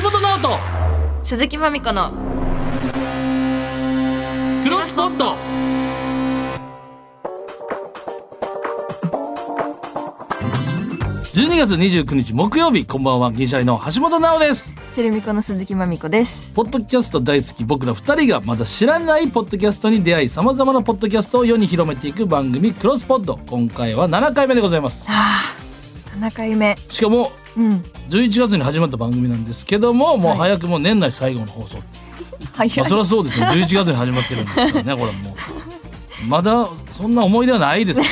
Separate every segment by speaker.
Speaker 1: 橋本直人
Speaker 2: 鈴木まみこの
Speaker 1: クロスポット12月29日木曜日こんばんは銀シャリの橋本直です
Speaker 2: チェルミコの鈴木まみこです
Speaker 1: ポッドキャスト大好き僕ら二人がまだ知らないポッドキャストに出会いさまざまなポッドキャストを世に広めていく番組クロスポット今回は7回目でございます
Speaker 2: ああ7回目
Speaker 1: しかも
Speaker 2: うん
Speaker 1: 11月に始まった番組なんですけどももう
Speaker 2: はい
Speaker 1: 早くも年内最後の放送、
Speaker 2: はい
Speaker 1: まあ、そりゃそうですよ11月に始まってるんですからねこれもうまだそんな思い出はないですよ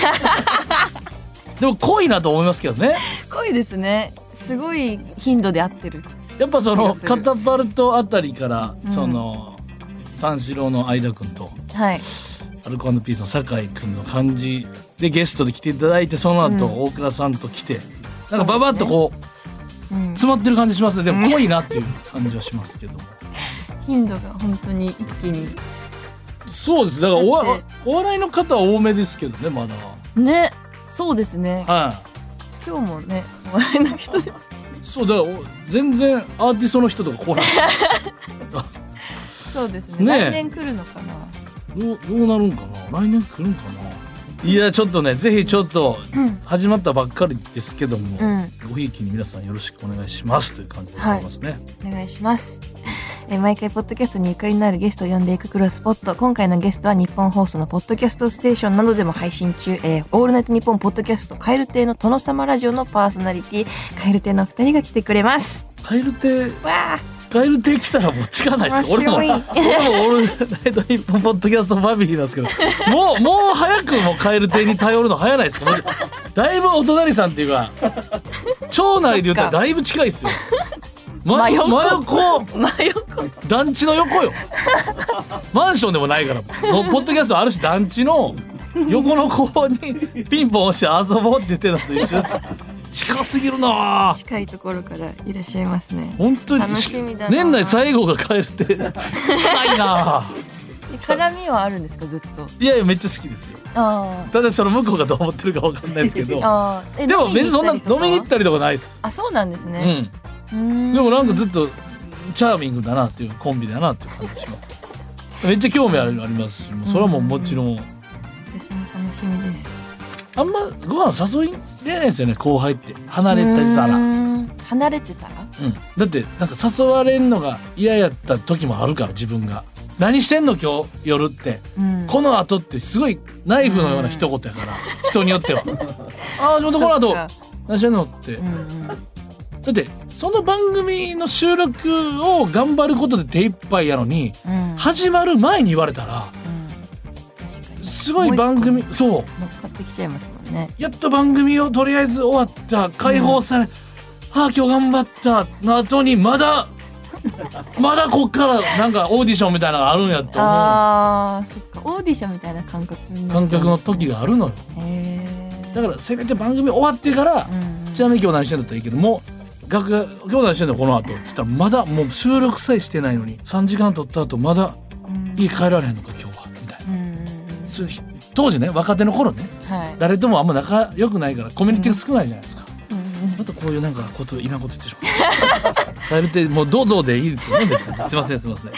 Speaker 1: でも濃いなと思いますけどね
Speaker 2: 濃いですねすごい頻度で合ってる
Speaker 1: やっぱそ
Speaker 2: 気
Speaker 1: の
Speaker 2: がする
Speaker 1: カタパルトあたりから、
Speaker 2: うん
Speaker 1: その三四郎の相田君と
Speaker 2: はい
Speaker 1: アルコピースの酒井君の感じでゲストで来ていただいてその後、
Speaker 2: うん
Speaker 1: 大倉さんと来て
Speaker 2: そ
Speaker 1: な
Speaker 2: うん
Speaker 1: かババッとこう
Speaker 2: うん
Speaker 1: 詰まってる感じしますねでも濃いなっていう感じはしますけども。
Speaker 2: 頻度が本当に一気に
Speaker 1: そうですだからお
Speaker 2: だっ
Speaker 1: わ
Speaker 2: て
Speaker 1: お笑いの方は多めですけどねまだ
Speaker 2: ねそうですね
Speaker 1: は
Speaker 2: 今日もねお笑いの人です
Speaker 1: いそうだからお全然アーティストの人とか来 ない
Speaker 2: そうですね
Speaker 1: ねえ
Speaker 2: 来年来るのかな
Speaker 1: どうどうなるんかな来年来るんかないやちょっとねぜひちょっと
Speaker 2: うん
Speaker 1: 始まったばっかりですけども、
Speaker 2: うん
Speaker 1: ごひいきに皆さんよろしくお願いしますという感じでございますね、
Speaker 2: お願いします。えー毎回ポッドキャストにゆかりのあるゲストを呼んでいくクロスポット今回のゲストは日本放送のポッドキャストステーションなどでも配信中「えーオールナイトニッポン」ポッドキャスト「カエル亭の殿様ラジオ」のパーソナリティカエル亭のお二人が来てくれます
Speaker 1: カエル亭
Speaker 2: わ
Speaker 1: カエル亭来たらもう近ないですよ俺
Speaker 2: 面
Speaker 1: も
Speaker 2: 白い
Speaker 1: 俺もオールナイトニッポンポッドキャストファミリーなん ですけどもうもう早くもうカエル亭に頼るの早ないですかもうだいぶお隣さんっていう か町内で言ったらだいぶ近いです よま
Speaker 2: 真横
Speaker 1: 真横
Speaker 2: あ真横
Speaker 1: 団地の横よマンションでもないからもうポッドキャストあるし団地の横の子にピンポン押して遊ぼうって言ってたのと一緒です近すぎるなぁ
Speaker 2: 近いところからいらっしゃいますね
Speaker 1: 本当に
Speaker 2: 楽しみだなぁ
Speaker 1: 年内最後が帰るって近いなぁ
Speaker 2: で絡みはあるんですかずっと
Speaker 1: いやいやめっちゃ好きですよ
Speaker 2: あ
Speaker 1: ただその向こうがどう思ってるかわかんないですけど
Speaker 2: ーあーえ
Speaker 1: でも別にそんな
Speaker 2: 飲み
Speaker 1: 飲みに
Speaker 2: に行
Speaker 1: 行
Speaker 2: っ
Speaker 1: った
Speaker 2: りとか
Speaker 1: たりと
Speaker 2: は
Speaker 1: かないです、
Speaker 2: あそうなんですね、う
Speaker 1: うん
Speaker 2: ーん
Speaker 1: でもなんかずっとチャーミングだなっていうコンビだなっていう感じしますめっちゃ興味ありありますしもうそれはもうもちろん
Speaker 2: 私も楽しみです
Speaker 1: あんまご飯誘いれないですよね後輩って離れてたら、
Speaker 2: う
Speaker 1: うん
Speaker 2: ーん離れてたら
Speaker 1: だってなんか誘われんのが嫌やった時もあるから自分が「何してんの今日夜」って、
Speaker 2: うん
Speaker 1: この後ってすごいナイフのような一言や から、人によっては「ああ橋本この
Speaker 2: そっ
Speaker 1: 後
Speaker 2: か
Speaker 1: 何してんの?」って、
Speaker 2: うんうん
Speaker 1: だってその番組の収録を頑張ることで手一杯やのに
Speaker 2: うん
Speaker 1: 始まる前に言われたら
Speaker 2: うん確かに
Speaker 1: すごい番組
Speaker 2: もう一
Speaker 1: そう
Speaker 2: 個乗っかってきちゃいますもんね
Speaker 1: やっと番組をとりあえず終わった解放され、ああ今日頑張ったの後にま だまだこっからなんかオーディションみたいなのがあるんやって思
Speaker 2: あーそっかオーディションみたいな感覚に
Speaker 1: う
Speaker 2: なっ
Speaker 1: 感
Speaker 2: ちゃう
Speaker 1: 覚の時があるのよ
Speaker 2: へ
Speaker 1: だからせめて番組終わってから
Speaker 2: ら、うん
Speaker 1: ちなみに今日何してんだったらいいけども楽屋今日何してんのこの後っつったらまだもう収録さえしてないのに3時間取った後まだ
Speaker 2: うん
Speaker 1: 家帰られへんのか今日はみたいな
Speaker 2: うんうんうん
Speaker 1: そういう当時ね若手の頃ね
Speaker 2: はい
Speaker 1: 誰ともあんま仲良くないからコミュニティが少ないじゃないですか、
Speaker 2: うんうん
Speaker 1: またこういうなんかこといらんこと言ってしまう。 カエルってもうどうぞでいいですよね別に。すいませんすいません。
Speaker 2: は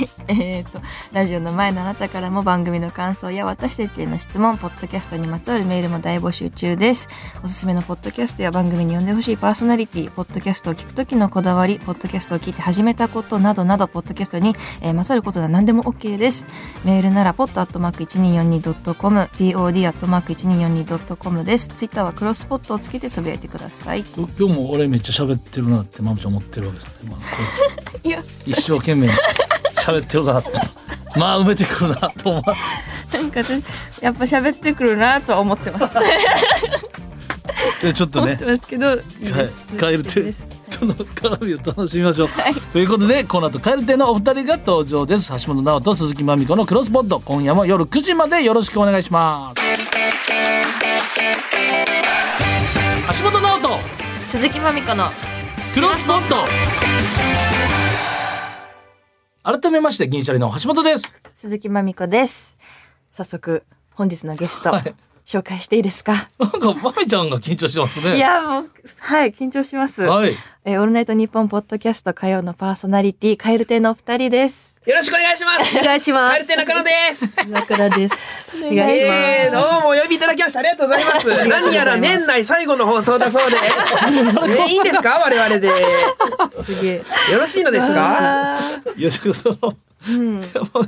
Speaker 2: い、えー、とラジオの前のあなたからも番組の感想や私たちへの質問ポッドキャストにまつわるメールも大募集中ですおすすめのポッドキャストや番組に呼んでほしいパーソナリティポッドキャストを聞く時のこだわりポッドキャストを聞いて始めたことなどなどポッドキャストに、えーまつわることなら何でも OK ですメールなら pod.1242.com pod.1242.com ですツイッターはクロスポットをつけてつぶやいてください
Speaker 1: 今日も俺めっちゃ喋ってるなってマムちゃん思ってるわけですよね。まあ、こ
Speaker 2: いや
Speaker 1: う一生懸命喋ってるなって。まあ埋めてくるなと思う。
Speaker 2: なんか私やっぱ喋ってくるなとは思ってます
Speaker 1: でちょっと
Speaker 2: 思っ
Speaker 1: ね
Speaker 2: て。ますけど、
Speaker 1: はいカエル亭
Speaker 2: です
Speaker 1: との絡みを楽しみましょう、ということでこの後カエル亭のお二人が登場です橋本直人鈴木まみ子のクロスポット今夜も夜9時までよろしくお願いします橋本直人
Speaker 2: 鈴木まみこの
Speaker 1: クロスポット改めまして銀シャリの橋本です
Speaker 2: 鈴木まみこです早速本日のゲスト、
Speaker 1: はい
Speaker 2: 紹介していいですか、
Speaker 1: なんか、まめちゃんが緊張してますね。
Speaker 2: いや、もう、はい、緊張します。
Speaker 1: はい。
Speaker 2: えーオールナイトニッポンポッドキャスト火曜のパーソナリティ、カエル亭のお二人です。
Speaker 3: よろしくお願いします。
Speaker 4: お願いしま
Speaker 3: カエル
Speaker 4: す
Speaker 3: テ。中野です。
Speaker 4: 岩倉です。お願いします。
Speaker 3: えー、どうもお呼びいただきましてありがとうございます。何やら年内最後の放送だ そうで。えいいんですか我々で。よ
Speaker 4: すげえ。
Speaker 3: ろしいので すか
Speaker 1: いや、だからその、
Speaker 2: うん。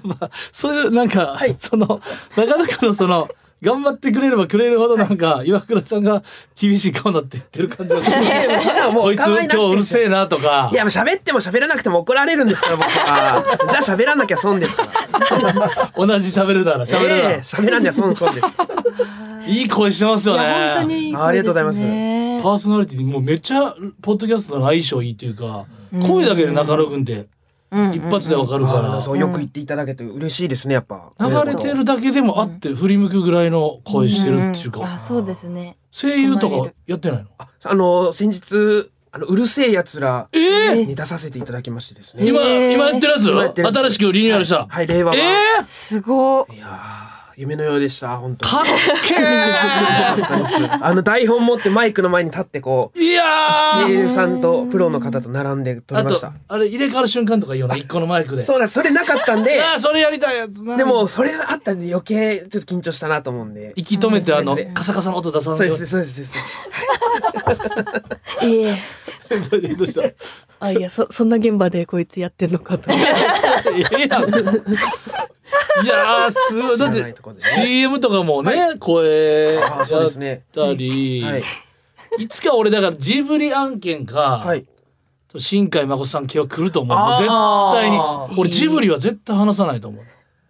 Speaker 1: まあ、そういう、なんか、
Speaker 3: はい
Speaker 1: その、なかなかのその、頑張ってくれればくれるほどなんか、岩倉ちゃんが厳しい顔になって言ってる感じがする。
Speaker 3: そんなの も
Speaker 1: こ
Speaker 3: う
Speaker 1: いつ
Speaker 3: 構
Speaker 1: 今日
Speaker 3: いなし
Speaker 1: う
Speaker 3: で
Speaker 1: る
Speaker 3: すよ
Speaker 1: せえなとか
Speaker 3: い。や、もう喋っても喋らなくても怒られるんですから、僕は。じゃあ喋らなきゃ損ですから。
Speaker 1: 同じ喋るなら喋るなら、
Speaker 3: えー喋らなきゃ損損です。
Speaker 1: いい声してますよ
Speaker 2: い
Speaker 1: ね
Speaker 2: や、本当にいい声です、ね。
Speaker 3: ありがとうございます
Speaker 1: パーソナリティにもうめっちゃポッドキャストの相性いいというか、声だけで中野くんって
Speaker 2: うんうん
Speaker 1: 一発でわかるから、
Speaker 3: あーそうよく言っていただけて嬉しいですね、やっぱ。
Speaker 1: 流れてるだけでもあって振り向くぐらいの声してるっていうか、
Speaker 2: んんあ、そうですね。
Speaker 1: 声優とかやってないの
Speaker 3: あの、先日、あの、うるせえ奴ら
Speaker 1: えー
Speaker 3: に出させていただきましてですね。
Speaker 1: 今、
Speaker 2: えー
Speaker 1: 今やってるやつ
Speaker 3: 今やってるやつ
Speaker 1: 新しくリニューアルした、
Speaker 3: はい、令和は。
Speaker 1: ええー、
Speaker 2: すご
Speaker 3: いやー夢のようでした本当
Speaker 1: かっ
Speaker 3: に
Speaker 1: け
Speaker 3: よかったですあの台本持ってマイクの前に立ってこう
Speaker 1: ーいや
Speaker 3: 声
Speaker 1: ー
Speaker 3: 優さんとプロの方と並んで撮り
Speaker 1: あ
Speaker 3: まし
Speaker 1: と
Speaker 3: た
Speaker 1: あれ入れ替わる瞬間とかいいよな一個のマイクで
Speaker 3: そうなんですそれなかったん で
Speaker 1: ああそれやりたいやつな
Speaker 3: でもそれあったんで余計ちょっと緊張したなと思うんで
Speaker 1: 息止めてあの
Speaker 3: うん
Speaker 1: カサカサの音出さな
Speaker 3: そう
Speaker 1: い
Speaker 3: で
Speaker 1: よ
Speaker 3: すそうですそうです
Speaker 4: えー
Speaker 1: うに どうした
Speaker 4: あ、いや、そ、そんな現場でこいつやってんのかと。
Speaker 1: え えやん。いやーすごい
Speaker 3: 知
Speaker 1: だ
Speaker 3: ら
Speaker 1: っ
Speaker 3: ない
Speaker 1: て
Speaker 3: ところでね
Speaker 1: CM とかもね、声や
Speaker 3: ああそう
Speaker 1: っ
Speaker 3: ですね
Speaker 1: たり、
Speaker 3: はい
Speaker 1: いつか俺だからジブリ案件か、
Speaker 3: はい
Speaker 1: 新海誠さん系は来ると思うもう絶
Speaker 3: あー
Speaker 1: 対に俺ジブリは絶対話さないと思う、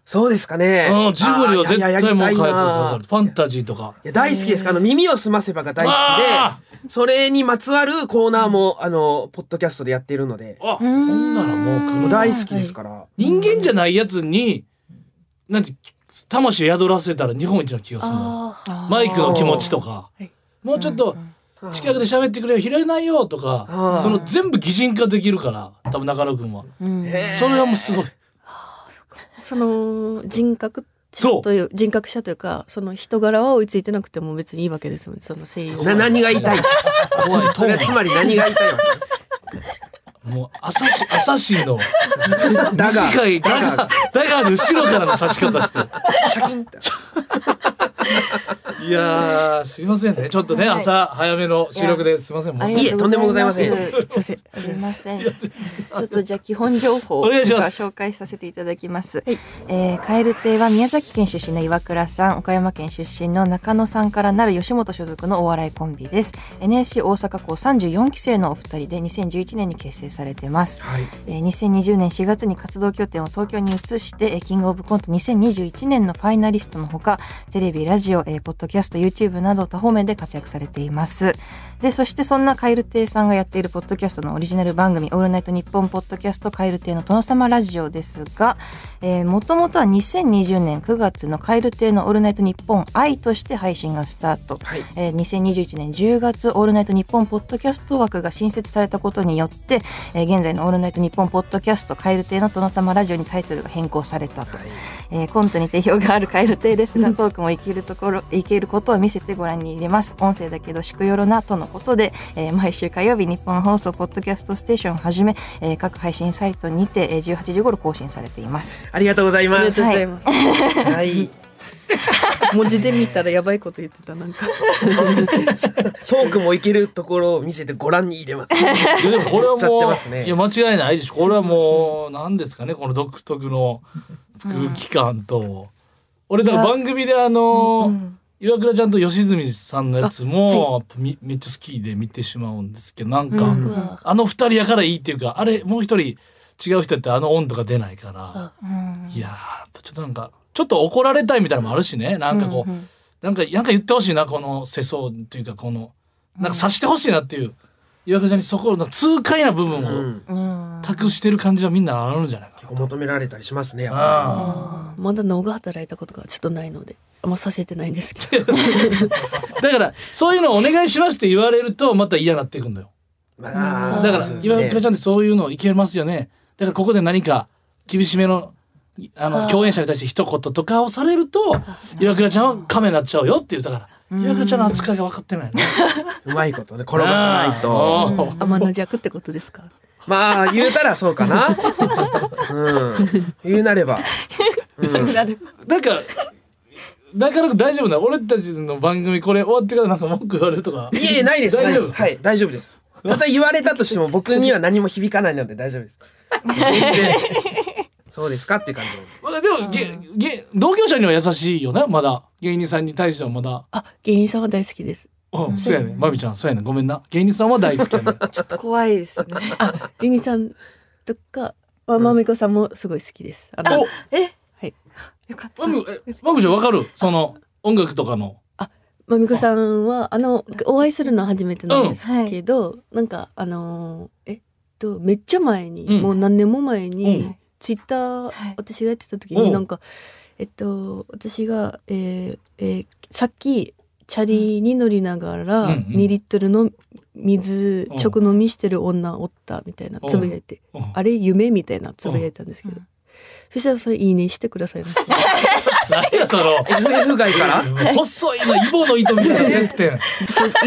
Speaker 3: そうですかね
Speaker 1: うん、ジブリは絶
Speaker 3: あーいやいやや
Speaker 1: 対
Speaker 3: り
Speaker 1: もう
Speaker 3: た
Speaker 1: 帰
Speaker 3: い
Speaker 1: ってくる
Speaker 3: な
Speaker 1: ファンタジーとか
Speaker 3: いや大好きですあの耳をすませばが大好
Speaker 1: あ
Speaker 3: きでそれにまつわるコーナーもあのポッドキャストでやっているので
Speaker 1: あほんならもう来
Speaker 3: も
Speaker 1: る
Speaker 3: う大好きですから
Speaker 1: 人間じゃないやつになんて魂宿らせたら日本一の気がするの
Speaker 4: あ
Speaker 1: マイクの気持ちとか
Speaker 4: はい
Speaker 1: もうちょっと、近くで喋ってくれよ拾えないよと
Speaker 3: あ
Speaker 1: か
Speaker 3: ー
Speaker 1: その全部擬人化できるから多分中野くんは
Speaker 2: う。うん。
Speaker 3: へー
Speaker 1: それはもうすごい
Speaker 4: その人格者
Speaker 1: そう
Speaker 4: という、人格者というか、その人柄は追いついてなくても別にいいわけですよね。その声優。
Speaker 3: な何が言いたい
Speaker 1: 怖いト
Speaker 3: それはつ
Speaker 1: ー
Speaker 3: まり何が言いたいわ
Speaker 1: ンもう朝し朝しの
Speaker 3: けだが
Speaker 1: 短いだがだがの後ろからの刺し方して
Speaker 3: シャキンって
Speaker 1: いやーすいませんねちょっとね
Speaker 2: はい
Speaker 1: 朝早めの収録ですいません
Speaker 2: あ
Speaker 1: 申し訳
Speaker 2: り
Speaker 3: いえとんでもございません
Speaker 2: がとうございます
Speaker 4: すいません。
Speaker 2: すいません。ちょっとじゃあ基本情報を
Speaker 1: お願いします
Speaker 2: 紹介させていただきます。
Speaker 4: はい
Speaker 2: えー、カエル亭は宮崎県出身の岩倉さん、岡山県出身の中野さんからなる吉本所属のお笑いコンビです。NSC 大阪校34期生のお二人で2011年に結成されてます。
Speaker 3: はい
Speaker 2: えー2020年4月に活動拠点を東京に移して、えーキングオブコント2021年のファイナリストのほか、テレビ、ラジオ、えーポッドキャスト、YouTube など多方面で活躍されています。で、そしてそんなカエル亭さんがやっているポッドキャストのオリジナル番組、オールナイトニッポンポッドキャストカエル亭の殿様ラジオですが、えー、もともとは2020年9月のカエル亭のオールナイトニッポン愛として配信がスタート。
Speaker 3: はい
Speaker 2: えー2021年10月、オールナイトニッポンポッドキャスト枠が新設されたことによって、えー現在のオールナイトニッポンポッドキャスト、カエル亭の殿様ラジオにタイトルが変更されたと。えーコントに定評があるカエル亭ですが、トークもいけると ころ、いけることを見せてご覧に入れます。音声だけどしくよろな、とのことで、えー毎週火曜日、日本放送、ポッドキャストステーションをはじめ、えー各配信サイトにて、えー18時頃更新されています。
Speaker 3: ありがとうござい
Speaker 4: あり
Speaker 3: ま
Speaker 4: がと
Speaker 3: す
Speaker 4: うございます。
Speaker 3: はい
Speaker 4: 文字で見たらやばいこと言ってた、なんか。
Speaker 3: トークもいけるところを見せてご覧に入れます
Speaker 1: ないいやでもこれは
Speaker 3: やっちゃって
Speaker 1: も
Speaker 3: ます
Speaker 1: う
Speaker 3: ね
Speaker 1: いや間違いないでしょこれはもう何ですかねこの独特の空気感と俺だから番組であのー岩倉ちゃんと吉住さんのやつも、みめっちゃ好きで見てしまうんですけどなんか、
Speaker 4: うんうわ
Speaker 1: あの二人やからいいっていうかあれもう一人違う人やってあの音とか出ないから、
Speaker 2: うん
Speaker 1: いやーやっぱちょっとなんかちょっと怒られたいみたいなのもあるしねなんかこう、なんかなんか言ってほしいなこの世相っていうかこのなんか察してほしいなっていう、岩倉ちゃんにそこの痛快な部
Speaker 3: う
Speaker 1: 分を
Speaker 3: ん
Speaker 2: うん
Speaker 1: 託してる感じはみんなあるんじゃないか
Speaker 3: 結構求められたりしますねやっぱ
Speaker 1: な。うん
Speaker 4: まだ脳が働いたことがちょっとないので、あんまさせてないんです けど。
Speaker 1: だからそういうのをお願いしますって言われるとまた嫌になっていくんだよ。
Speaker 3: まあ
Speaker 1: だから
Speaker 3: そうですね
Speaker 1: 岩倉ちゃんってそういうのいけますよね。だからここで何か厳しめのあの共演者に対して一言とかをされると岩倉ちゃんはカメになっちゃうよっていうだから岩倉ちゃんの扱いが分かってないね
Speaker 3: うまいことね転がさないと。
Speaker 1: あーおー
Speaker 4: 天の弱ってことですか。
Speaker 3: まあ言うたらそうかな。うん、言うなれば。
Speaker 1: なんかだから大丈夫な俺たちの番組これ終わってからなんか文句言われるとか
Speaker 3: いえいえないです。
Speaker 1: 大
Speaker 3: ない
Speaker 1: 丈
Speaker 3: で
Speaker 1: 夫
Speaker 3: すはい大丈夫です。たとえ言われたとしても僕には何も響かないので大丈夫 です。全然そうですかっていう感じなんで。
Speaker 1: まあでも、げげ同業者には優しいよなまだ芸人さんに対してはまだ
Speaker 4: あ、芸人さんは大好きです。
Speaker 1: うんそうやねまみちゃんそうやねごめんな芸人さんは大好き やね
Speaker 2: ちょっと怖い ですね。
Speaker 4: あ、芸人さんとか、まあ、まみこさんもすごい好きです。あの、
Speaker 2: え、
Speaker 4: はい。
Speaker 2: よかった。
Speaker 1: まみえまみちゃんわかるその音楽とか の
Speaker 4: まみこさんは、あの、お会いするのは初めてなんですけど、なんか、あのー、えっと、めっちゃ前に、
Speaker 1: うん
Speaker 4: もう何年も前に、
Speaker 1: うん
Speaker 4: ツイッター、
Speaker 2: はい
Speaker 4: 私がやってた時
Speaker 1: うん
Speaker 4: に、なんか、えっと、私が、えーえーさっき、チャリに乗りなが
Speaker 1: うん
Speaker 4: ら、
Speaker 1: うん
Speaker 4: 2リットルの水
Speaker 1: うん
Speaker 4: 直飲みしてる女おったみたいな
Speaker 1: うん
Speaker 4: つぶやいて
Speaker 1: うん
Speaker 4: あれ夢みたいなつぶやいたんですけど、
Speaker 2: うん
Speaker 4: そしたらそれいいねしてくださいました
Speaker 1: 何やその
Speaker 3: FF 外から。
Speaker 1: 細いなイボの糸みたいな接点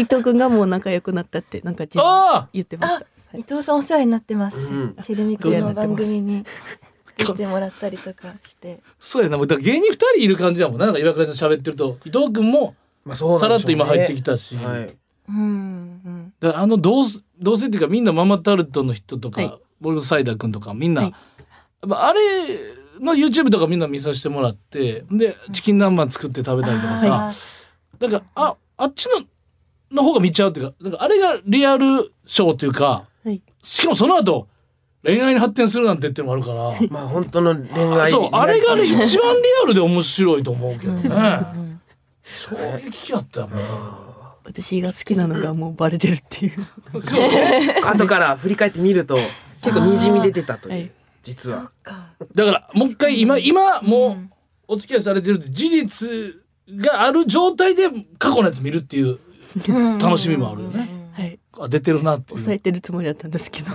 Speaker 4: 伊藤君がもう仲良くなったってなんか自分
Speaker 1: ああ
Speaker 4: 言ってました
Speaker 2: 伊藤さんお世話になってます。
Speaker 3: うん
Speaker 2: チェルミコの番組に出てもらったりとかして、
Speaker 1: そうやなもうだから芸人二人いる感じだもんななんか岩倉ちゃん喋ってると伊藤君も
Speaker 3: まあそう
Speaker 1: さ
Speaker 3: な
Speaker 1: ら
Speaker 3: ん
Speaker 1: っ
Speaker 3: でしょう
Speaker 1: と
Speaker 3: ね
Speaker 1: 今入ってきたし、
Speaker 3: はい。
Speaker 2: うん
Speaker 1: だからあの同せ同性っていうかみんなママタルトの人とか、
Speaker 4: はい
Speaker 1: ボルサイダー君とかみんな、
Speaker 4: はい
Speaker 1: やっぱあれの YouTube とかみんな見させてもらってでチキン南蛮作って食
Speaker 2: う
Speaker 1: べ
Speaker 2: ん。
Speaker 1: たりとかさ
Speaker 2: あ
Speaker 1: だからああっちのの方が見ちゃうっていうかだからあれがリアルショーというか
Speaker 4: はい
Speaker 1: しかもその後恋愛に発展するなんてっていうのもあ るか
Speaker 3: まあ本当の恋
Speaker 1: ら
Speaker 3: 愛。
Speaker 1: そうあれがね一番リアルで面白いと思うけど
Speaker 2: ーうん
Speaker 1: ね
Speaker 2: う。ん
Speaker 1: 衝撃やったよね。
Speaker 4: 私が好きなのがもうバレてるっていう
Speaker 1: そうね
Speaker 3: 後から振り返ってみると結構にじみ出てたと
Speaker 4: は
Speaker 3: いう
Speaker 4: い
Speaker 3: 実は。
Speaker 2: か
Speaker 1: だからもう一回今今もう、
Speaker 2: ん
Speaker 1: お付き合いされてるって事実がある状態で過去のやつ見るっていう楽しみもあるよね。
Speaker 4: はい
Speaker 1: あ出てるなっていう
Speaker 4: 抑えてるつもりだったんですけど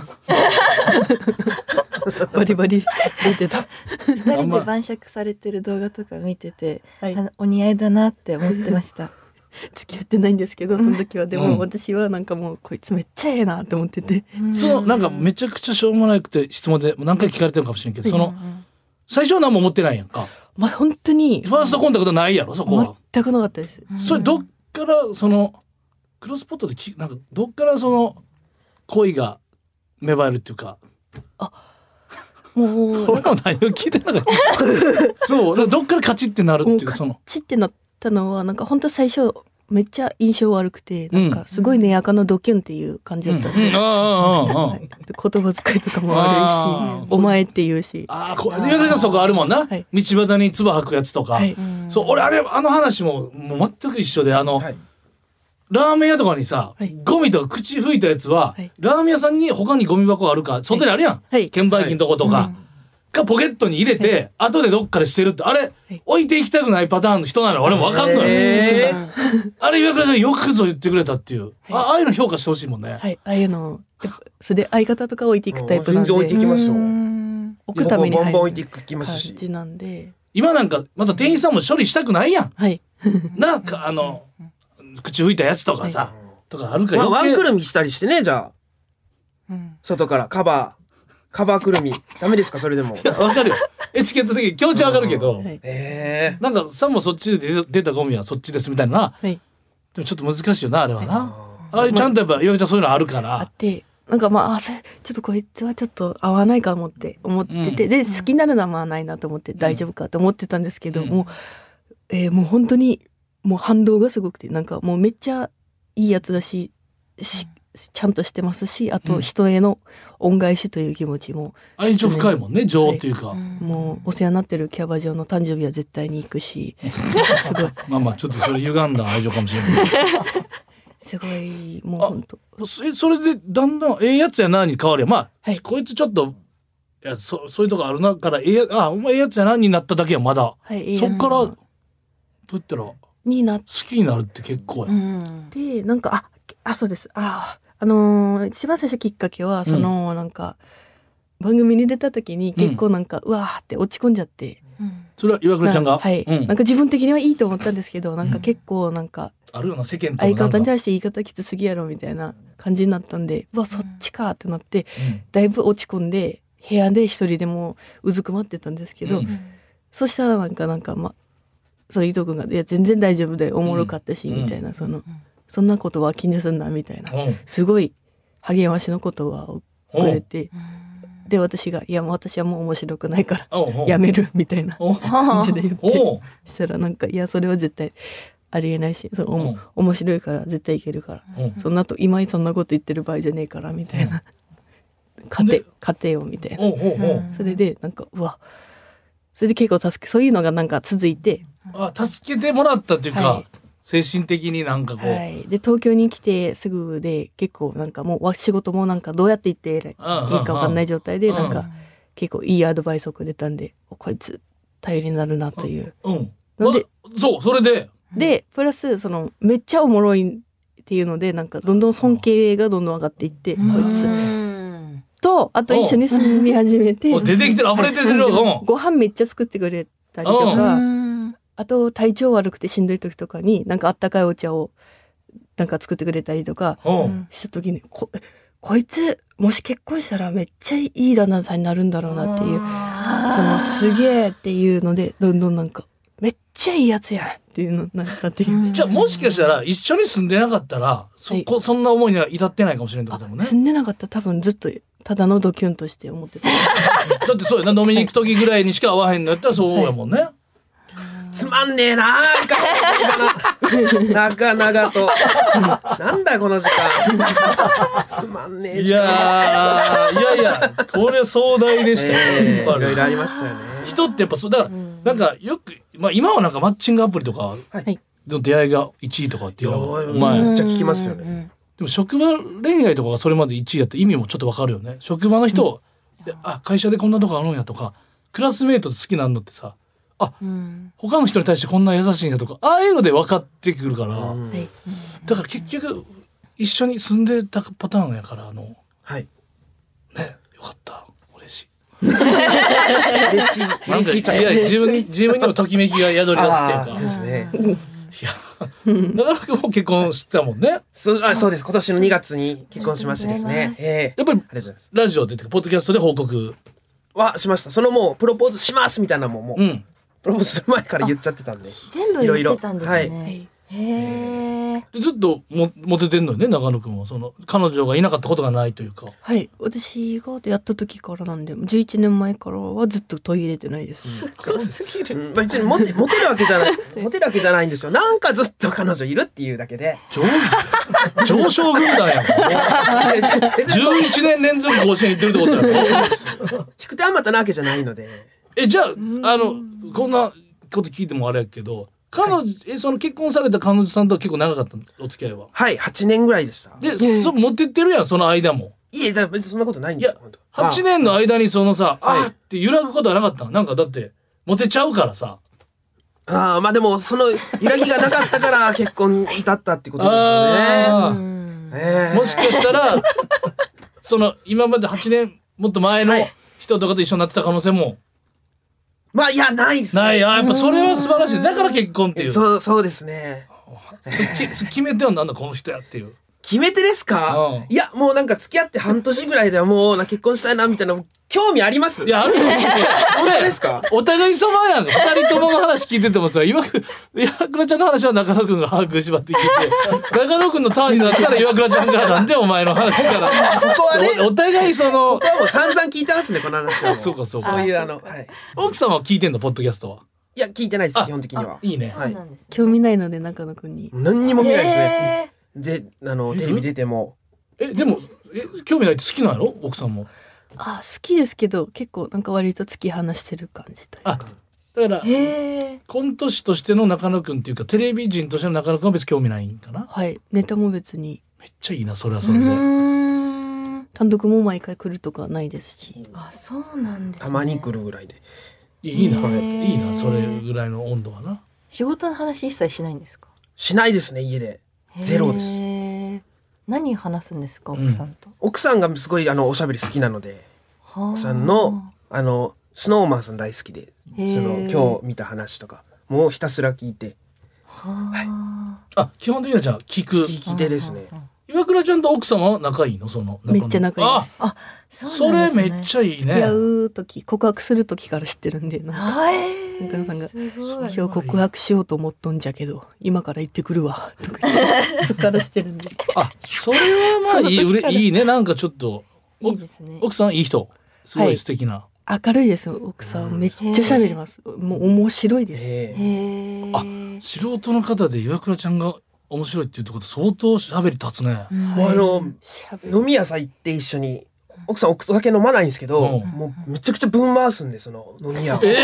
Speaker 4: バリバリ出てた
Speaker 2: 二人で晩酌されてる動画とか見てて、
Speaker 4: はい
Speaker 2: あのお似合いだなって思ってました。
Speaker 4: 付き合ってないんですけどその時はで
Speaker 1: うん
Speaker 4: も私はなんかもうこいつめっちゃええなと思ってて
Speaker 1: そのなんかめ
Speaker 2: ち
Speaker 1: ちゃくちゃしょうもなくて質問で何回聞かれてるかもしれんけどその最初は何も思ってないやんか
Speaker 4: まあ本当に
Speaker 1: ファーストコンタクトないやろそこは。
Speaker 4: 全くなかったです
Speaker 1: それどっからそのクロスポットできなんかどっからその恋が芽生えるっていう か
Speaker 4: もう
Speaker 1: 俺も内容聞いてなかったそうだからどっからカチってなるっていうかその
Speaker 4: チってなったのはなんか本当最初めっちゃ印象悪くて
Speaker 1: う
Speaker 4: なんんかすごいね赤のドキュンっていう感じ
Speaker 1: うん
Speaker 4: だ
Speaker 1: うん
Speaker 4: ったん
Speaker 1: あ
Speaker 4: で、
Speaker 1: あああああ
Speaker 4: はいで言葉遣いとかも悪
Speaker 1: あ
Speaker 4: いし
Speaker 1: ー
Speaker 4: お前って言うし
Speaker 1: ああ、こう、岩倉さんそこあるもんな。
Speaker 4: はい
Speaker 1: 道端に唾吐くやつとか。
Speaker 4: はい
Speaker 1: そう、俺あれ、あの話も、もう全く一緒で、あの、
Speaker 3: はい。
Speaker 1: ラーメン屋とかにさ、
Speaker 4: はい
Speaker 1: ゴミとか口拭いたやつは、
Speaker 4: はい
Speaker 1: ラーメン屋さんに他にゴミ箱あるか、外にあるやん。
Speaker 4: はい
Speaker 1: 券売機のとことか、かポケットに入れて、後でどっかで捨てるって、あれ、
Speaker 4: い
Speaker 1: 置いていきたくないパターンの人なの俺もわかんのよ。
Speaker 3: え
Speaker 1: あれ、岩倉さんよくぞ言ってくれたっていう。あああいうの評価してほしいもんね。
Speaker 4: はいああいうのをやっぱそれで相方とか置いていくタイプな
Speaker 3: 全
Speaker 4: ん
Speaker 3: 然置いてい
Speaker 4: で
Speaker 3: きますよ。
Speaker 4: 置くために
Speaker 3: ボンボンボン置
Speaker 4: 入
Speaker 3: いてい
Speaker 4: る
Speaker 3: きます
Speaker 4: 感
Speaker 3: し。
Speaker 4: じなんで
Speaker 1: 今なんか、また店員さんも処理したくないやん。
Speaker 4: はい
Speaker 1: なんか、あの、口拭いたやつとかさ、とかあるか
Speaker 3: ま
Speaker 1: ら
Speaker 3: あ
Speaker 1: 余計
Speaker 3: ワンくるみしたりしてねじゃあ外からカバーカバーくるみダメですかそれでも。
Speaker 1: わかるよ。エチケット的に気持ちはわかるけど、
Speaker 4: はい
Speaker 3: ええ。
Speaker 1: なんかさもそっちで出たゴミはそっちですみたいな。
Speaker 4: はい
Speaker 1: でもちょっと難しいよな、あれはな。ああいうちゃんとやっぱ、岩木ちゃんそういうのあるか
Speaker 4: あっ
Speaker 1: ら。
Speaker 4: てなんかまああそれちょっとこいつはちょっと合わないかもって思ってて、
Speaker 1: うん
Speaker 4: で好きになるのはまあないなと思って大丈夫かと思ってたんですけど、
Speaker 1: うん
Speaker 4: もう、えーもう本当にもう反動がすごくてなんかもうめっちゃいいやつだししちゃんとしてますしあ
Speaker 1: うん
Speaker 4: と人への恩返しという気持ちも、
Speaker 1: 愛情深いもんね、情っていうか。
Speaker 4: もうお世話になってるキャバ嬢の誕生日は絶対に行くしすごい
Speaker 1: まあまあ、ちょっとそれ歪んだ愛情かもしれないけ
Speaker 4: すごいもう
Speaker 1: あ
Speaker 4: 本当
Speaker 1: ど。そそれで、だんだん、ええやつやなに変わるやん。まあ、
Speaker 4: はい
Speaker 1: こいつちょっと、いやそそういうとこあるなから、ええや、あ、お前ええやつやなになっただけやん、まだ。
Speaker 4: はいいい
Speaker 1: そ
Speaker 4: や
Speaker 1: っ
Speaker 4: つ
Speaker 1: から、どう言ったら、好
Speaker 4: になって
Speaker 1: きになるって結構や。
Speaker 4: でなんかああそうですああのー一番最初きっかけはその、なんか番組に出た時に結構なんか、うわーって落ち込んじゃって
Speaker 2: うん
Speaker 1: それは岩倉ちゃんが、
Speaker 4: はい、
Speaker 1: うん
Speaker 4: なんか自分的にはいいと思ったんですけどなんか結構なんか
Speaker 1: あるよな世間との
Speaker 4: 相
Speaker 1: なんか
Speaker 4: 方に対して言い方きつすぎやろみたいな感じになったんでうわそっちかってなって
Speaker 1: うん
Speaker 4: だいぶ落ち込んで部屋で一人でもううずくまってたんですけど、
Speaker 1: うん
Speaker 4: そしたらなんかなんかまあその伊藤君が「いや全然大丈夫だよおもろかったし」
Speaker 1: うん
Speaker 4: みたいなその、
Speaker 2: ん
Speaker 4: そんなことは気にすんな」みたいな
Speaker 1: うん
Speaker 4: すごい励ましの言葉を
Speaker 1: お
Speaker 4: くれ
Speaker 1: う
Speaker 4: て
Speaker 2: うん
Speaker 4: で私が「いやもう私はもう面白くないから
Speaker 1: おうおう
Speaker 4: やめる」みたいな
Speaker 1: おう
Speaker 4: 感じで言って
Speaker 1: おう
Speaker 4: したらなんか「いやそれは絶対ありえないしそのおも
Speaker 1: うん
Speaker 4: 面白いから絶対いけるから
Speaker 1: おう
Speaker 4: そんなと今にそんなこと言ってる場合じゃねえから」みたいな「勝て
Speaker 1: で
Speaker 4: 勝てよ」みたいな。
Speaker 1: おうおうおう
Speaker 4: それでなんかうわそれで結構助けそういうのがなんか続いて、
Speaker 1: あ助けてもらったというか、
Speaker 4: はい
Speaker 1: 精神的になんかこう、
Speaker 4: はい、で東京に来てすぐで結構なんかもうわ仕事もなんかどうやって行っていいか分かんないい状態で
Speaker 1: うん
Speaker 4: なんか結構いいアドバイスをくれたんでおこいつ頼りになるなという。
Speaker 1: うん
Speaker 4: なんで
Speaker 1: わそうそれで
Speaker 4: でプラスそのめっちゃおもろいっていうのでなんかどんどん尊敬がどんどん上がっていってこ
Speaker 1: ん
Speaker 4: いつ
Speaker 2: うん
Speaker 4: とあと一緒に住み始めて
Speaker 1: お出てきてる溢れてるよ、うん
Speaker 4: ご飯めっちゃ作ってくれたりと
Speaker 2: う
Speaker 4: か。
Speaker 2: ん
Speaker 4: あと体調悪くてしんどい時とかになんかあったかいお茶をなんか作ってくれたりとか
Speaker 1: おう
Speaker 4: した時にここいつもし結婚したらめっちゃいい旦那さんになるんだろうなっていうそのすげえっていうのでどんどんなんかめっちゃいいやつやんっていうのにななってきまし
Speaker 1: じゃあもしかしたら一緒に住んでなかったらそこ、そんな思いには至ってないかもしれんって
Speaker 4: た、
Speaker 1: ことだもん
Speaker 4: あ
Speaker 1: ね
Speaker 4: 住んでなかったら多分ずっとただのドキュンとして思ってた
Speaker 1: だってそうやな飲みに行く時ぐらいにしか会わへんのやったらそうやもんね、
Speaker 3: つまんねえなーか なかなかとなんだよこの時間つまんねえ
Speaker 1: い
Speaker 3: 時間
Speaker 1: やーいやいやこれは壮大でしたよ、
Speaker 3: ええい
Speaker 1: やっぱ
Speaker 3: ろ
Speaker 1: り
Speaker 3: いろありましたよね
Speaker 1: 人ってやっぱそうだから、なんかよく、まあ、今はなんかマッチングアプリとか
Speaker 4: はい
Speaker 1: の出会いが1位とかっていうのが
Speaker 3: いやー
Speaker 1: 前、
Speaker 3: う
Speaker 1: で
Speaker 3: んめっちゃ聞きますよね
Speaker 2: ね。
Speaker 1: も職場恋愛とかがそれまで1位やった意味もちょっとわかるよね職場の人、いやあ会社でこんなとこあるんやとかクラスメートと好きなんのってさ
Speaker 2: うん
Speaker 1: 他の人に対してこんな優しいんやとかああいうので分かってくるから、
Speaker 3: うん
Speaker 4: はい
Speaker 1: だから結局一緒に住んでたパターンやからあの
Speaker 3: はい
Speaker 1: ねよかった嬉しい。 なんか
Speaker 3: 嬉しい嬉しい
Speaker 1: いや自分に自分にもときめきが宿り出す
Speaker 3: あ
Speaker 1: っ
Speaker 3: ー
Speaker 1: て
Speaker 3: そう
Speaker 1: いう
Speaker 3: で
Speaker 1: か
Speaker 3: すね
Speaker 1: なかなかもう結婚してたもんね
Speaker 3: そうあそうです今年の2月に結婚しましてです
Speaker 2: ありがとうござい
Speaker 3: ね
Speaker 2: ます
Speaker 3: ええ
Speaker 1: やっぱり
Speaker 3: ありがとうございます
Speaker 1: ラジオでてかポッドキャストで報告
Speaker 3: はしましたそのもうプロポーズしますみたいなのももう、
Speaker 1: うん
Speaker 3: プロポーズする前から言っちゃってたんで
Speaker 2: 全部言ってたんです
Speaker 3: いろ
Speaker 2: ね。へえ。
Speaker 1: でずっともモテてんのよね中野くんはその彼女がいなかったことがないというか
Speaker 4: はい私がやった時からなんで11年前からはずっと途切れてないです、
Speaker 3: うん別にモテモテるわけじ ゃないモテるわけじゃないんですよなんかずっと彼女いるっていうだけで
Speaker 1: 上上昇軍団 やもん
Speaker 3: 別に別 に
Speaker 1: 11年連続甲子園行ってるってことだよ
Speaker 3: 引く手あまたなわけじゃないので
Speaker 1: えじゃああのこんなこと聞いてもあれやけど彼女、えその結婚された彼女さんとは結構長かったのお付き合いは
Speaker 3: はい8年ぐらいでした
Speaker 1: で、そモテてるやんその間も
Speaker 3: いえだから別にそんなことないんです
Speaker 1: い
Speaker 3: よ
Speaker 1: や
Speaker 3: 本当
Speaker 1: 8
Speaker 3: あ
Speaker 1: 年の間にそのさ、
Speaker 3: はい
Speaker 1: あーって揺らぐことはなかったのなんかだってモテちゃうからさ
Speaker 3: あーまあでもその揺らぎがなかったから結婚に至ったってことですよね
Speaker 1: あー
Speaker 3: え え
Speaker 1: もしかしたらその今まで8年もっと前の
Speaker 3: はい
Speaker 1: 人とかと一緒になってた可能性も
Speaker 3: まあいやないですね
Speaker 1: ない、あーやっぱそれは素晴らしいだから結婚っていう
Speaker 3: そうそうですね
Speaker 1: そきそ決めてはなんだこの人やっていう
Speaker 3: 決め手です
Speaker 1: う
Speaker 3: か
Speaker 1: ん
Speaker 3: いやもうなんか付き合って半年ぐらいではもうな結婚したいなみたいな興味あります
Speaker 1: いやあるよ
Speaker 3: 本当ですか
Speaker 1: お互い様やん二人ともの話聞いててもさ岩倉岩倉ちゃんの話は中野くんが把握しばって聞い て中野くんのターンになったら岩倉ちゃんからなんでお前の話から
Speaker 3: ここはね
Speaker 1: おお互いその
Speaker 3: 僕はもう散々聞いてますねこの話 は
Speaker 1: そうかそうか
Speaker 3: そういうあのはい
Speaker 1: 奥様は聞いてんのポッドキャストはい
Speaker 3: や聞いてないです
Speaker 1: あ
Speaker 3: 基本的にはい
Speaker 1: いね
Speaker 2: そうなんです。
Speaker 4: 興味ないので中野くんに
Speaker 3: 何にも見ないですね
Speaker 2: へ
Speaker 3: であの
Speaker 1: え
Speaker 3: テレビ出ても
Speaker 1: えでもえ興味ないって好きなんやろ奥さんも
Speaker 4: あ好きですけど結構なんか割と突き放してる感じという
Speaker 1: あ
Speaker 4: か
Speaker 1: だから
Speaker 2: え。へえ。
Speaker 1: コント師としての中野くんっていうかテレビ人としての中野くんは別に興味ないんかな
Speaker 4: はいネタも別に
Speaker 1: めっちゃいいなそれは
Speaker 2: う
Speaker 1: それで
Speaker 2: ーん。
Speaker 4: 単独も毎回来るとかないですし
Speaker 2: あ、そうなんですね。
Speaker 3: たまに来るぐらいで
Speaker 1: いいな
Speaker 2: へえ
Speaker 1: いいなそれぐらいの温度はな
Speaker 2: 仕事の話一切しないんですか。
Speaker 3: しないですね家でゼロです
Speaker 2: へー何話すんですか奥さんと。
Speaker 3: 奥さんがすごいあのおしゃべり好きなのでさんのあのスノーマンさん大好きでそ
Speaker 2: へー
Speaker 3: の今日見た話とかもうひたすら聞いて
Speaker 2: は
Speaker 1: あ基本的にはじゃあ聞く
Speaker 3: 聞
Speaker 2: あ
Speaker 3: き手ですね
Speaker 2: うんうんうん
Speaker 1: 岩倉ちゃんと奥様は仲いいのその
Speaker 4: めっちゃ仲いいです
Speaker 1: あ
Speaker 2: そ
Speaker 1: そう
Speaker 2: な
Speaker 1: れ
Speaker 2: んですね
Speaker 1: めっちゃいい
Speaker 4: 付き
Speaker 1: ね
Speaker 4: 合う時告白する時から知ってるんでなんか
Speaker 2: はいえー。
Speaker 4: 中野さんが
Speaker 2: すご
Speaker 4: 今
Speaker 2: い
Speaker 4: 日告白しようと思っとんじゃけど今から行ってくるわ とか言ってそっからしてるんで
Speaker 1: あそれはまあいい
Speaker 4: その時
Speaker 1: う
Speaker 4: から
Speaker 1: れいいねなんかちょっと
Speaker 2: いいですね。
Speaker 1: 奥さんいい人すご
Speaker 4: はいい
Speaker 1: 素敵な、
Speaker 4: 明るいです奥さんめっちゃ喋りますもう面白いです
Speaker 3: ええ
Speaker 2: へー
Speaker 1: あ素人の方で岩倉ちゃんが面白いっていうところで相当喋り立つね
Speaker 2: う。ん
Speaker 3: もうあの
Speaker 4: 喋る
Speaker 3: 飲み屋さん行って一緒に奥さんお酒飲まないんですけど、
Speaker 1: うん
Speaker 3: もうめちゃくちゃぶん回すんでその飲み屋を、
Speaker 1: え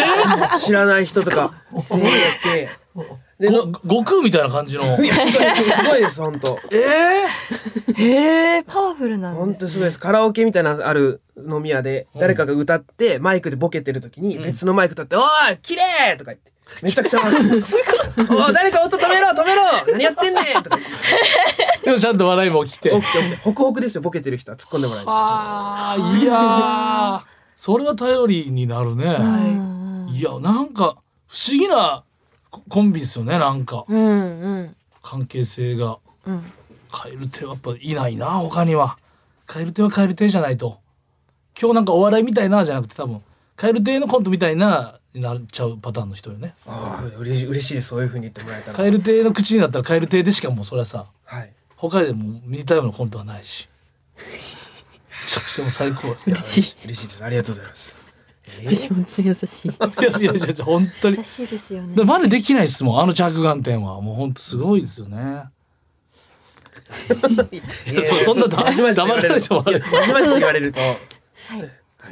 Speaker 3: 知らない人とか全員やってで
Speaker 1: ご
Speaker 3: の
Speaker 1: 悟空みたいな感じの
Speaker 3: いやすごいすごいです本当
Speaker 1: ええ
Speaker 2: へえ、パワフルなん
Speaker 3: 本
Speaker 2: です
Speaker 3: 当
Speaker 2: ね。
Speaker 3: すごいですカラオケみたいなのある飲み屋で
Speaker 1: うん
Speaker 3: 誰かが歌ってマイクでボケてる時に
Speaker 1: うん
Speaker 3: 別のマイク取って「おい綺麗とか言ってめちゃくちゃ回すんですおい誰か音止めろ止めろ何やってんねん!」とか言って
Speaker 1: でもちゃんと笑いも来て
Speaker 3: 起きて起きてホクホクですよボケてる人は突っ込んでもらえる
Speaker 1: あ ーいやーそれは頼りになるね、
Speaker 2: うんうん
Speaker 1: いやなんか不思議なココンビですよねなんか
Speaker 2: うんうん
Speaker 1: 関係性が
Speaker 2: うん。
Speaker 1: 蛙亭はやっぱいないな他には蛙亭は蛙亭じゃないと今日なんかお笑いみたいなじゃなくて多分蛙亭のコントみたいなになっちゃうパターンの人よね
Speaker 3: ああ嬉しい嬉しいですそういう風に言ってもらえたら
Speaker 1: 蛙亭の口になったら蛙亭でしかもうそれはさ
Speaker 3: はい
Speaker 1: 他でも似たようなコントはないしめちゃくちゃもう最高や
Speaker 4: 嬉しい
Speaker 3: 嬉しいですありがとうございます
Speaker 4: 私も全然優しい
Speaker 1: いやいやいやいや本当に
Speaker 2: 優しいですよね
Speaker 1: で。真似できないですもんあの着眼点はもう本当すごいですよね。
Speaker 3: い
Speaker 1: や そそんなだ
Speaker 3: じまじと言われる
Speaker 1: 黙られ
Speaker 3: いやじまじと言われると
Speaker 2: はい。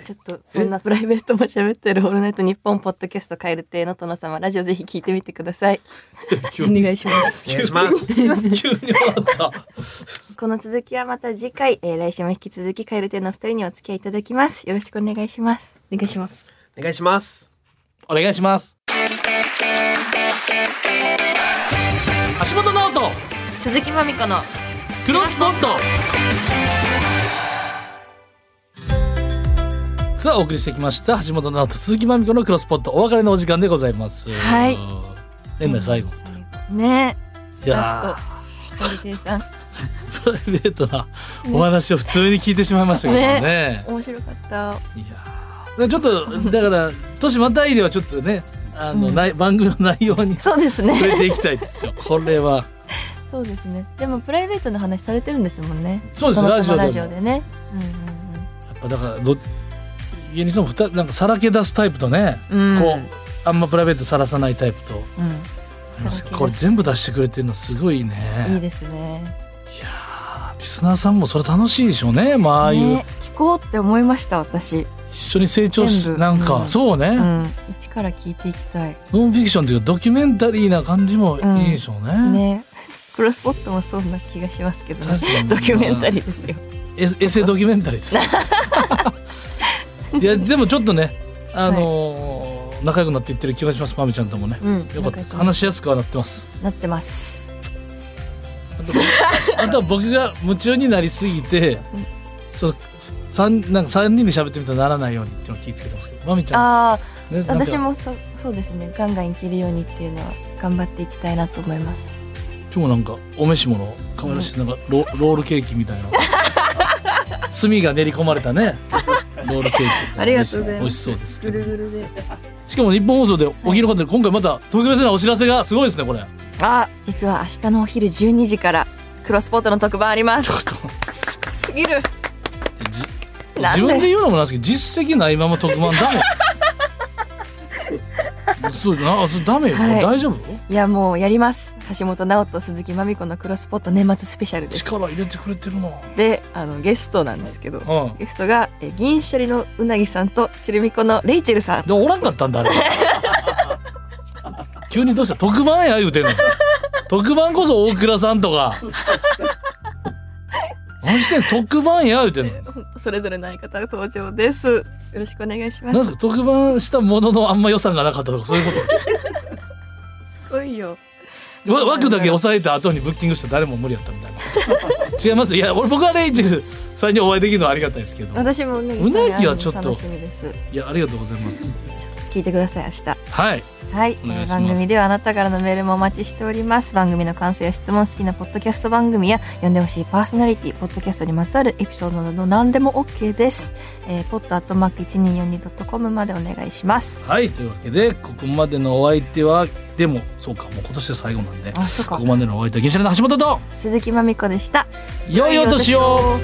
Speaker 2: ちょっとそんなプライベートも喋ってるオールナイトニッポンポッドキャストカエル亭の殿様ラジオぜひ聞いてみてください。
Speaker 1: 急
Speaker 4: お
Speaker 1: に
Speaker 4: 願いします
Speaker 3: お願い します
Speaker 1: 急に終わった。
Speaker 2: この続きはまた次回、えー来週も引き続きカエル亭のお二人にお付き合いいただきます。よろしくお願いします。
Speaker 4: お願いします
Speaker 3: お願いします
Speaker 1: お願いします。橋本直人
Speaker 2: 鈴木まみこの
Speaker 1: クロスポット。さあお送りしてきました橋本直人鈴木まみ子のクロスポットお別れのお時間でございます。
Speaker 2: はい。
Speaker 1: 年内最後。
Speaker 2: ね
Speaker 1: い
Speaker 2: え
Speaker 1: や
Speaker 2: ラストカエル亭さん
Speaker 1: ープライベートなお話を普通に聞いてしまいましたけど
Speaker 2: ね
Speaker 1: ね
Speaker 2: 面白かった
Speaker 1: いやーちょっとだから年またいではちょっとねあの、
Speaker 2: うん
Speaker 1: ない番組の内容に
Speaker 2: そうです
Speaker 1: 触
Speaker 2: ね
Speaker 1: れていきたいです よこれは
Speaker 2: そうですねでもプライベートの話されてるんですもんね
Speaker 1: そうですね
Speaker 2: 殿様
Speaker 1: ラジオでも
Speaker 2: ラジオでね
Speaker 1: やっぱだからど芸人さんもふたなんかさらけ出すタイプとね、
Speaker 2: うんうんうん
Speaker 1: こうあんまプライベートさらさないタイプと
Speaker 2: う、うん、さらけ出す
Speaker 1: これ全部出してくれてるのすごいね
Speaker 2: いいですね
Speaker 1: いやーリスナーさんもそれ楽しいでしょうねまあああいう、
Speaker 2: ね聞こうって思いました私
Speaker 1: 一緒に成長し
Speaker 2: 全部
Speaker 1: なんか、
Speaker 2: うん
Speaker 1: そうね、
Speaker 2: うん一から聞いていきたい
Speaker 1: ノンフィクションというかドキュメンタリーな感じもいいでしょうね,、
Speaker 2: ね クロスポットもそうな気がしますけどね
Speaker 1: 確かに
Speaker 2: ドキュメンタリーですよ
Speaker 1: エエセドキュメンタリー です。いやでもちょっとね、あのー仲良くなっていってる気がします、まみちゃんともね。
Speaker 2: うん
Speaker 1: よかったです。
Speaker 2: なんか
Speaker 1: 話しやすくはなってます。
Speaker 2: なってます
Speaker 1: あとあと は僕が夢中になりすぎて、そう三なんか三人で喋ってみたらならないようにっていうのを気をつけてますけど、まみちゃ
Speaker 2: あ
Speaker 1: ん、
Speaker 2: あ
Speaker 1: ね、なんか
Speaker 2: 私もそそうですねガンガンいけるようにっていうのは頑張っていきたいなと思います
Speaker 1: 今日なんかお召し物可愛らしいなんかロロールケーキみたい な。炭が練り込まれたね。ロールケーキ。
Speaker 2: ありがとうございます
Speaker 1: 美味しそうですけど
Speaker 2: ぐる。ぐるで
Speaker 1: しかも日本放送でお昼の方で今回また特別なお知らせがすごいですねこれ
Speaker 2: あ実は明日のお昼12時からクロスポットの特番あ りますすぎる
Speaker 1: じ
Speaker 2: なん
Speaker 1: 自
Speaker 2: で
Speaker 1: 分で言うのもなんですけど実績ないまま特番ダ メそうなそうダメよ、
Speaker 2: はい
Speaker 1: 大丈夫
Speaker 2: いやもうやります橋本直人鈴木まみ子のクロスポット年末スペシャルです
Speaker 1: 力入れてくれてるな、う
Speaker 2: であのゲストなんですけど
Speaker 1: ん、
Speaker 2: ゲストがえ銀シャリのうなぎさんとちるみこのレイチェルさん
Speaker 1: でもおらんかったんだあれ急にどうした特番や言うてんの特番こそ大倉さんとか何してんの特番や言うてんの
Speaker 2: ほんとそれぞれの相方が登場ですよろしくお願いしま
Speaker 1: なん
Speaker 2: す
Speaker 1: です
Speaker 2: す
Speaker 1: か特 番したもののあんま予算がなかったとかそういうこと
Speaker 2: ごいよ
Speaker 1: わ枠だけ抑えた後にブッキングした誰も無理やったみたいな違いますいや俺僕はレイチェルさんにお会いできるのはありがたいですけど
Speaker 2: 私もうなぎ
Speaker 1: うなぎはちょっと
Speaker 2: さんに会うの楽しみです
Speaker 1: いやありがとうございます
Speaker 2: 聞いてください明日
Speaker 1: はい
Speaker 2: はい、
Speaker 1: お願い
Speaker 2: え
Speaker 1: します
Speaker 2: ー番組ではあなたからのメールもお待ちしております番組の感想や質問好きなポッドキャスト番組や呼んでほしいパーソナリティポッドキャストにまつわるエピソードなど何でも OK です、えー、ポッドアットマーク 1242.com までお願いします
Speaker 1: はいというわけでここまでのお相手はでもそうかもう今年で最後なんで
Speaker 2: あそうか
Speaker 1: ここまでのお相手は銀シャリの橋本と
Speaker 2: 鈴木まみこでした
Speaker 1: 良いお年を